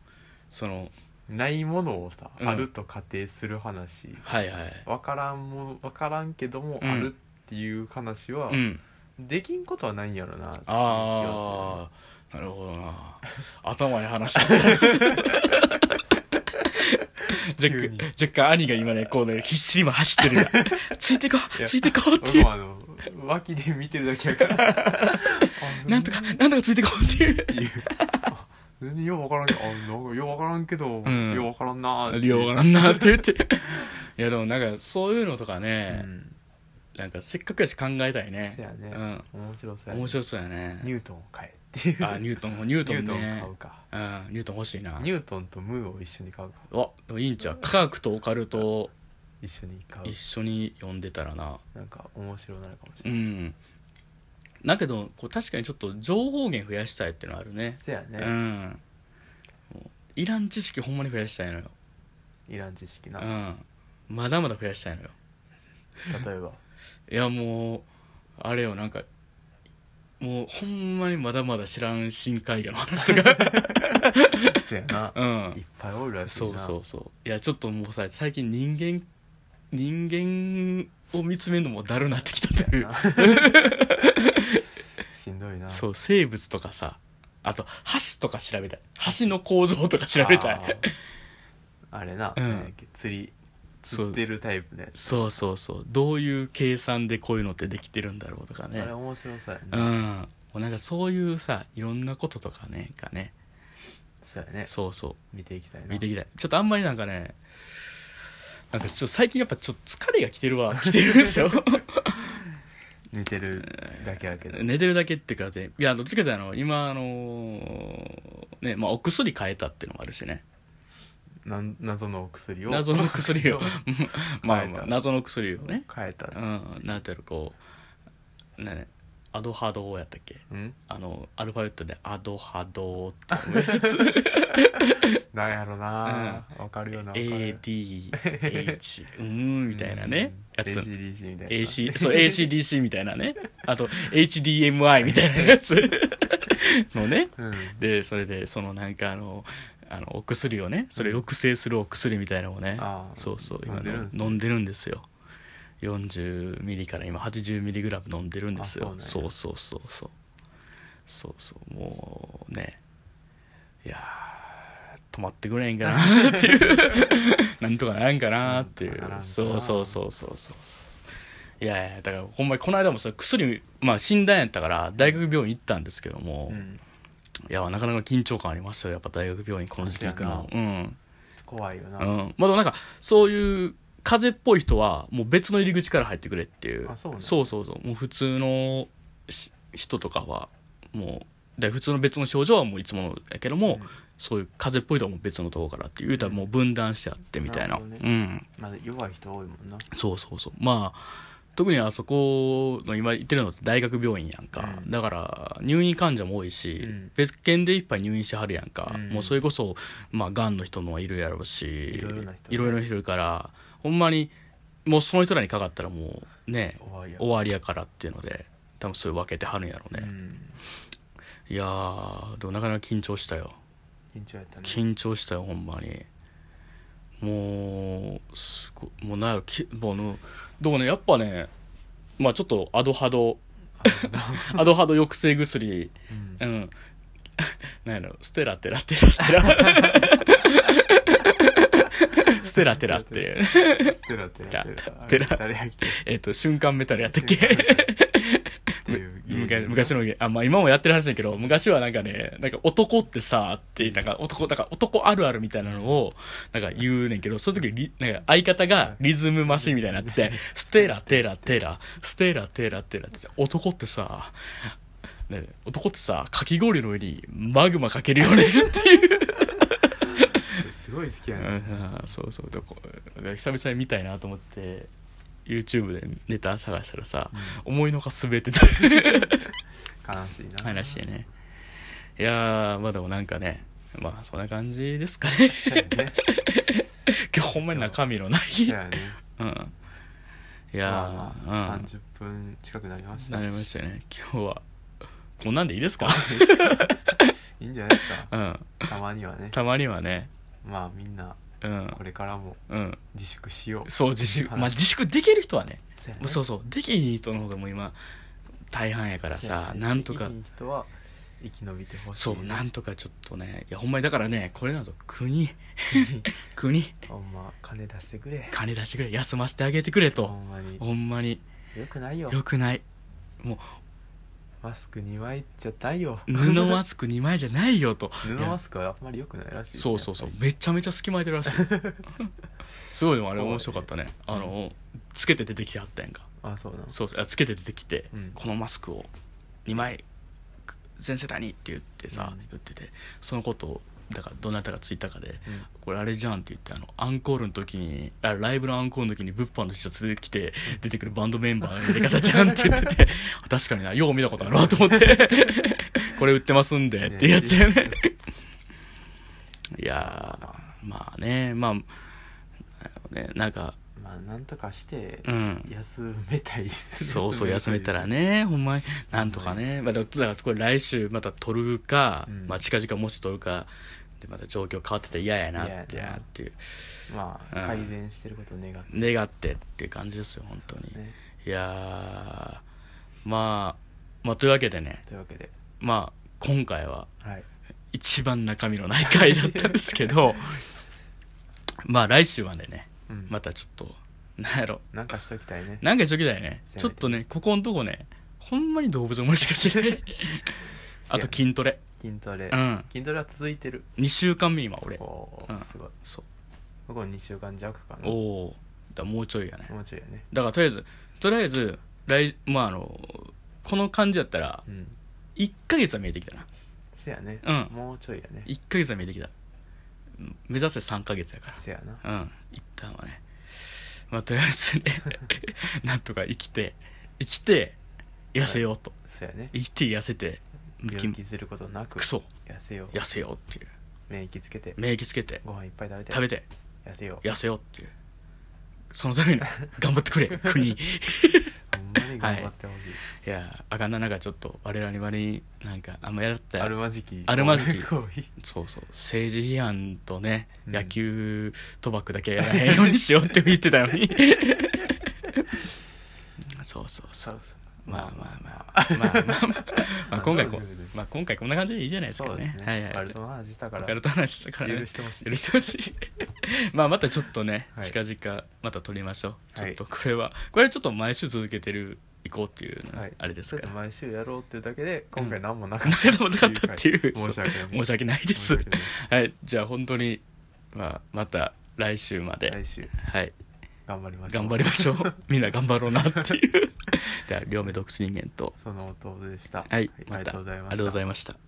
Speaker 1: その
Speaker 2: ないものをさ、
Speaker 1: うん
Speaker 2: あると仮定する話
Speaker 1: はいはい
Speaker 2: 分からんもの分からんけども、
Speaker 1: うん
Speaker 2: あるっていう話は、
Speaker 1: うん
Speaker 2: できんことはないんやろなっていう気が
Speaker 1: ああなるほどな頭に話しちゃっ た若干若
Speaker 2: 急に
Speaker 1: 干兄が今ねこうね必死に今走ってるよついてこ
Speaker 2: いうや
Speaker 1: ついてこうっ
Speaker 2: す
Speaker 1: て
Speaker 2: る
Speaker 1: い
Speaker 2: 僕
Speaker 1: う
Speaker 2: もあの脇で見てるだけやから あ
Speaker 1: なんとかなんとかついてこうっていう
Speaker 2: っていう あ全然よう分からんけどあなんかよう分からんけど、
Speaker 1: ん
Speaker 2: よう分からんなーって
Speaker 1: 利用がなんなって言っていやでもなんかそういうのとか
Speaker 2: う
Speaker 1: ね、
Speaker 2: ん
Speaker 1: なんかせっかくやし考えたい
Speaker 2: そ
Speaker 1: ね
Speaker 2: やね、
Speaker 1: うん
Speaker 2: 面白そうやね
Speaker 1: 面白そうやね
Speaker 2: ニュートンを買えっていう
Speaker 1: あニュートンニュートン
Speaker 2: ニュー
Speaker 1: ね
Speaker 2: 買うか
Speaker 1: うんニュートン欲しいな
Speaker 2: ニュートンとムーを一緒に買うか
Speaker 1: あでもいいんちゃう科学とオカルトを
Speaker 2: 一緒に買う
Speaker 1: 一緒に読んでたらな
Speaker 2: なんか面白なるかもしれ
Speaker 1: うんだけどこう確かにちょっと情報源増やしたいっていうのはあるね
Speaker 2: せや
Speaker 1: う
Speaker 2: ね、
Speaker 1: んもういらん知識ほんまに増やしたいのよ、
Speaker 2: イラン知識
Speaker 1: う
Speaker 2: な、例
Speaker 1: ん、まだまだ増やしたいのよ
Speaker 2: え ば
Speaker 1: いやもうあれよなんかもうほんまにまだまだ知らん深海魚の話と か
Speaker 2: せやな、
Speaker 1: うん
Speaker 2: いっぱいおるらしいな
Speaker 1: そうそうそういやちょっともうさ最近人間人間を見つめるのもだるなってきたという
Speaker 2: なしんどいな
Speaker 1: そう生物とかさあと橋とか調べたい橋の構造とか調べた
Speaker 2: あ
Speaker 1: い
Speaker 2: ーあれな、
Speaker 1: うん
Speaker 2: なんやっけ釣り
Speaker 1: そ
Speaker 2: 釣
Speaker 1: う
Speaker 2: ってるタイプね
Speaker 1: そうそうそうどういう計算でこういうのってできてるんだろうとか
Speaker 2: あ
Speaker 1: ね
Speaker 2: れ面白そうや
Speaker 1: う
Speaker 2: な、
Speaker 1: んもうなんかそういうさいろんなこととかねがね
Speaker 2: そうやね
Speaker 1: そうそう
Speaker 2: 見ていきたいな
Speaker 1: 見ていきたいちょっとあんまりなんかねなんかちょっと最近やっぱちょっと疲れが来てるわ来てるんですよ
Speaker 2: 寝てるだけやけど、
Speaker 1: 寝てるだけっていうかでいやどっちかというとあの今あのねまあお薬変えたっていうのもあるしね
Speaker 2: なん謎のお薬を
Speaker 1: 謎の薬 をまあ
Speaker 2: 変え
Speaker 1: まあ
Speaker 2: た
Speaker 1: 謎の薬をね
Speaker 2: 変えた
Speaker 1: う、んなんていうのこうねアドハドやったっけ
Speaker 2: うん、
Speaker 1: あのアルファベットでアドハドって
Speaker 2: なんやろなわ、かるよなわかる
Speaker 1: ADH うーんみたいなね
Speaker 2: う
Speaker 1: や
Speaker 2: ん
Speaker 1: つ
Speaker 2: ACDC みたいな
Speaker 1: AC そう ACDC みたいなねあと HDMI みたいなやつ のね
Speaker 2: うん
Speaker 1: でそれでそのなんかあのあのお薬をねそれを抑制するお薬みたいなのをね、
Speaker 2: あー
Speaker 1: そうそう
Speaker 2: 飲
Speaker 1: 今
Speaker 2: んでるんですね
Speaker 1: 飲んでるんですよ40ミリから今80ミリグラム飲んでるんですよ
Speaker 2: あ
Speaker 1: そ,、
Speaker 2: そううなん
Speaker 1: そうそうそうそうそうもうねいやー止まってくれへんか なっていうなんとかならんかなってい
Speaker 2: なん
Speaker 1: う
Speaker 2: とかならんかな
Speaker 1: そうそうそうそうそういやいやだからほんまにこの間もそれ薬、まあ、診断やったから大学病院行ったんですけども、
Speaker 2: うん
Speaker 1: いやなかなか緊張感ありましたよやっぱ大学病院この時期行くのうん、
Speaker 2: 怖いよな、
Speaker 1: うん、まだなんかそういう風邪っぽい人はもう別の入り口から入ってくれっていう
Speaker 2: あそうなんだ
Speaker 1: そうそうそうもう普通のし人とかはもうで普通の別の症状はもういつものだけども、
Speaker 2: うん
Speaker 1: そういう風邪っぽい人はもう別のところからっていう言うたらもう分断してあってみたいな
Speaker 2: なるほどね
Speaker 1: うん
Speaker 2: まあ、弱い人多いもんな
Speaker 1: そうそうそうまあ特にあそこの今言ってるのって大学病院やんか、
Speaker 2: うん
Speaker 1: だから入院患者も多いし、
Speaker 2: うん
Speaker 1: 別件でいっぱい入院しはるやんか、
Speaker 2: うん
Speaker 1: もうそれこそまあがんの人もいるやろうし
Speaker 2: いろいろな人ね
Speaker 1: いろいろいるからほんまにもうその人らにかかったらもうね
Speaker 2: 怖いよ
Speaker 1: 終わりやからっていうので多分それ分けてはるんやろう
Speaker 2: う
Speaker 1: ね、
Speaker 2: ん
Speaker 1: いやーでもなかなか緊張したよ
Speaker 2: 緊張やったね
Speaker 1: 緊張したよほんまにもうすごいもうなんやろきもうあのでもねやっぱねまあちょっとアドハド アドハド抑制薬
Speaker 2: う ん
Speaker 1: う、んなんやろステラテラテラ テラステラテラっていう
Speaker 2: テラテラテラ
Speaker 1: テラテラ
Speaker 2: 誰やっけ
Speaker 1: えっと瞬間メタルやったっけ
Speaker 2: っていう芸人
Speaker 1: 昔昔のゲーあ、まあ、今もやってる話だけど昔はなんかねなんか男ってさってなんか男だから男あるあるみたいなのをなんか言うねんけどその時リなんか相方がリズムマシンみたいになってて「ステラテラテラステラテラテラ」って言って男ってさ、ね、男ってさかき氷の上にマグマかけるよねっていう
Speaker 2: すごい好きや
Speaker 1: う
Speaker 2: ね、
Speaker 1: んそうそうどこ久々に見たいなと思って YouTube でネタ探したらさ、思いのが滑ってた
Speaker 2: 悲しいな
Speaker 1: 話でねいやーまあでもなんかねまあそんな感じですかね
Speaker 2: そうやね
Speaker 1: 今日ほんまに中身のない
Speaker 2: そう やね
Speaker 1: うんいやー、
Speaker 2: まあまあ
Speaker 1: うん
Speaker 2: 30分近くなりました
Speaker 1: なりましたね今日はこんなんでいいですか
Speaker 2: いいんじゃないです
Speaker 1: う
Speaker 2: か
Speaker 1: ん
Speaker 2: たまにはね
Speaker 1: たまにはね
Speaker 2: まあみんな
Speaker 1: うん
Speaker 2: これからも
Speaker 1: うん
Speaker 2: 自粛しよう
Speaker 1: そう自粛まあ自粛できる人はね
Speaker 2: そうやね
Speaker 1: そうそうできひん人の方がもう今大半やから
Speaker 2: そうや
Speaker 1: さ
Speaker 2: ね
Speaker 1: なんとか
Speaker 2: いい人は生き延びてほしい
Speaker 1: そうなんとかちょっとねいやほんまにだからねこれなど国 国
Speaker 2: ほんま金出してくれ
Speaker 1: 金出してくれ休ませてあげてくれ
Speaker 2: ほ
Speaker 1: と
Speaker 2: んまに
Speaker 1: ほんまに
Speaker 2: よくないよ
Speaker 1: よくない
Speaker 2: マスク2枚じゃないよ
Speaker 1: 布マスク2枚じゃないよと
Speaker 2: 布
Speaker 1: いや
Speaker 2: マスクはあんまりよくないらしいね
Speaker 1: そうそうそう
Speaker 2: やっ
Speaker 1: めちゃめちゃ隙間空いてるらしい すごいでもあれ
Speaker 2: そう
Speaker 1: 面白かったねあのつけて出てきてはったやんか
Speaker 2: ぱりあそうなの
Speaker 1: そうそうあつけて出てきて、
Speaker 2: うん
Speaker 1: このマスクを2枚全世帯にって言ってさ、
Speaker 2: うん
Speaker 1: 言っててそのことをだからどなたがツイッターかで
Speaker 2: うん
Speaker 1: 「これあれじゃん」って言ってあのアンコールの時にあライブのアンコールの時に物販の T シャツ着て出てくるバンドメンバーのやり方じゃんって言ってて確かになよう見たことあるわと思ってこれ売ってますんでっていうやつやねいやーまあねまあなんだろうねなんか
Speaker 2: まあなんとかして
Speaker 1: うん
Speaker 2: 休めたい
Speaker 1: そうそう休めたらねほんまになんとかね、まあ、だからだからこれ来週また撮るか、
Speaker 2: うん
Speaker 1: まあ、近々もし撮るかでまた状況変わってて嫌やなって
Speaker 2: 嫌や
Speaker 1: な
Speaker 2: な
Speaker 1: っていう
Speaker 2: まあ
Speaker 1: うん
Speaker 2: 改善してることを願って
Speaker 1: 願ってっていう感じですよ本当に、
Speaker 2: ね
Speaker 1: いやーまあまあというわけでね
Speaker 2: というわけで
Speaker 1: まあ今回は
Speaker 2: はい
Speaker 1: 一番中身のない回だったんですけ どまあ来週はね
Speaker 2: うん
Speaker 1: またちょっとなんやろ
Speaker 2: なんかしときたいね
Speaker 1: なんかしときたいね
Speaker 2: せやね
Speaker 1: ちょっとねここのとこねほんまに動物もしかしてない あと筋トレ
Speaker 2: 筋トレ
Speaker 1: うん
Speaker 2: 筋トレは続いてる
Speaker 1: 2週間目今俺
Speaker 2: お
Speaker 1: うん
Speaker 2: ーすごい
Speaker 1: そ
Speaker 2: ここ2週間弱か
Speaker 1: う
Speaker 2: な
Speaker 1: お
Speaker 2: も
Speaker 1: おだからもうちょいやね
Speaker 2: うちょいやね
Speaker 1: だからとりあえずとりあえず来まああのこの感じやったら
Speaker 2: うん
Speaker 1: 1ヶ月は見えてきたな
Speaker 2: せやね
Speaker 1: うん
Speaker 2: もうちょいやね
Speaker 1: 1ヶ月は見えてきたうん目指せ3ヶ月やか
Speaker 2: せやな
Speaker 1: らうん一旦はねまあとりあえずね なんとか生きて生きて痩せようと、
Speaker 2: せやね
Speaker 1: 生きて痩せて
Speaker 2: 病気することなく
Speaker 1: クソ
Speaker 2: 痩せよう
Speaker 1: 痩せようっていう
Speaker 2: 免疫つけて
Speaker 1: 免疫つけて
Speaker 2: ご飯いっぱい食べて
Speaker 1: 食べて
Speaker 2: 痩せよう
Speaker 1: 痩せようっていうそのため に頑張ってくれ国い
Speaker 2: ほんまに頑張ってほし
Speaker 1: やあかんななんかちょっと我々に割になんかあんまやった
Speaker 2: い
Speaker 1: ら
Speaker 2: あるまじき
Speaker 1: あるまじき
Speaker 2: 行為
Speaker 1: そうそう政治批判とね、
Speaker 2: うん
Speaker 1: 野球賭博だけやらへんようにしようって言ってたの にそうそうそ
Speaker 2: そううそう
Speaker 1: まあまあまあまあまあまあ、まあ、今回こ
Speaker 2: まあまあまあ、
Speaker 1: まあ、今回こんな感じでいいじゃないですか
Speaker 2: そうで
Speaker 1: ね
Speaker 2: すね
Speaker 1: はいはい
Speaker 2: バルトの話したから
Speaker 1: ガルトの話したから、ね
Speaker 2: 許、してほしい
Speaker 1: 許してほし いまあまたちょっとね、
Speaker 2: はい
Speaker 1: 近々また撮りましょうちょ
Speaker 2: は
Speaker 1: っ
Speaker 2: い
Speaker 1: とこれはこれちょっと毎週続けてる行こうっていうの
Speaker 2: は
Speaker 1: が
Speaker 2: い
Speaker 1: あれです
Speaker 2: ちょっ
Speaker 1: か
Speaker 2: と
Speaker 1: ら、
Speaker 2: 毎週やろうっていうだけで今
Speaker 1: う
Speaker 2: 回
Speaker 1: ん
Speaker 2: 何もなかった
Speaker 1: 何もなかったっていう
Speaker 2: 申し訳ない
Speaker 1: 申し訳ないです
Speaker 2: 申し訳ない
Speaker 1: はいじゃあ本当にまあまた来週まで
Speaker 2: 来週
Speaker 1: はい
Speaker 2: 頑張りましょう
Speaker 1: 頑張りましょ うみんな頑張ろうなっていうでは両目洞窟人間と
Speaker 2: その弟でした
Speaker 1: はい
Speaker 2: あ
Speaker 1: ま
Speaker 2: り
Speaker 1: た
Speaker 2: がと
Speaker 1: あ
Speaker 2: うご
Speaker 1: り
Speaker 2: ざいま
Speaker 1: が
Speaker 2: し
Speaker 1: とうご
Speaker 2: た
Speaker 1: ざいました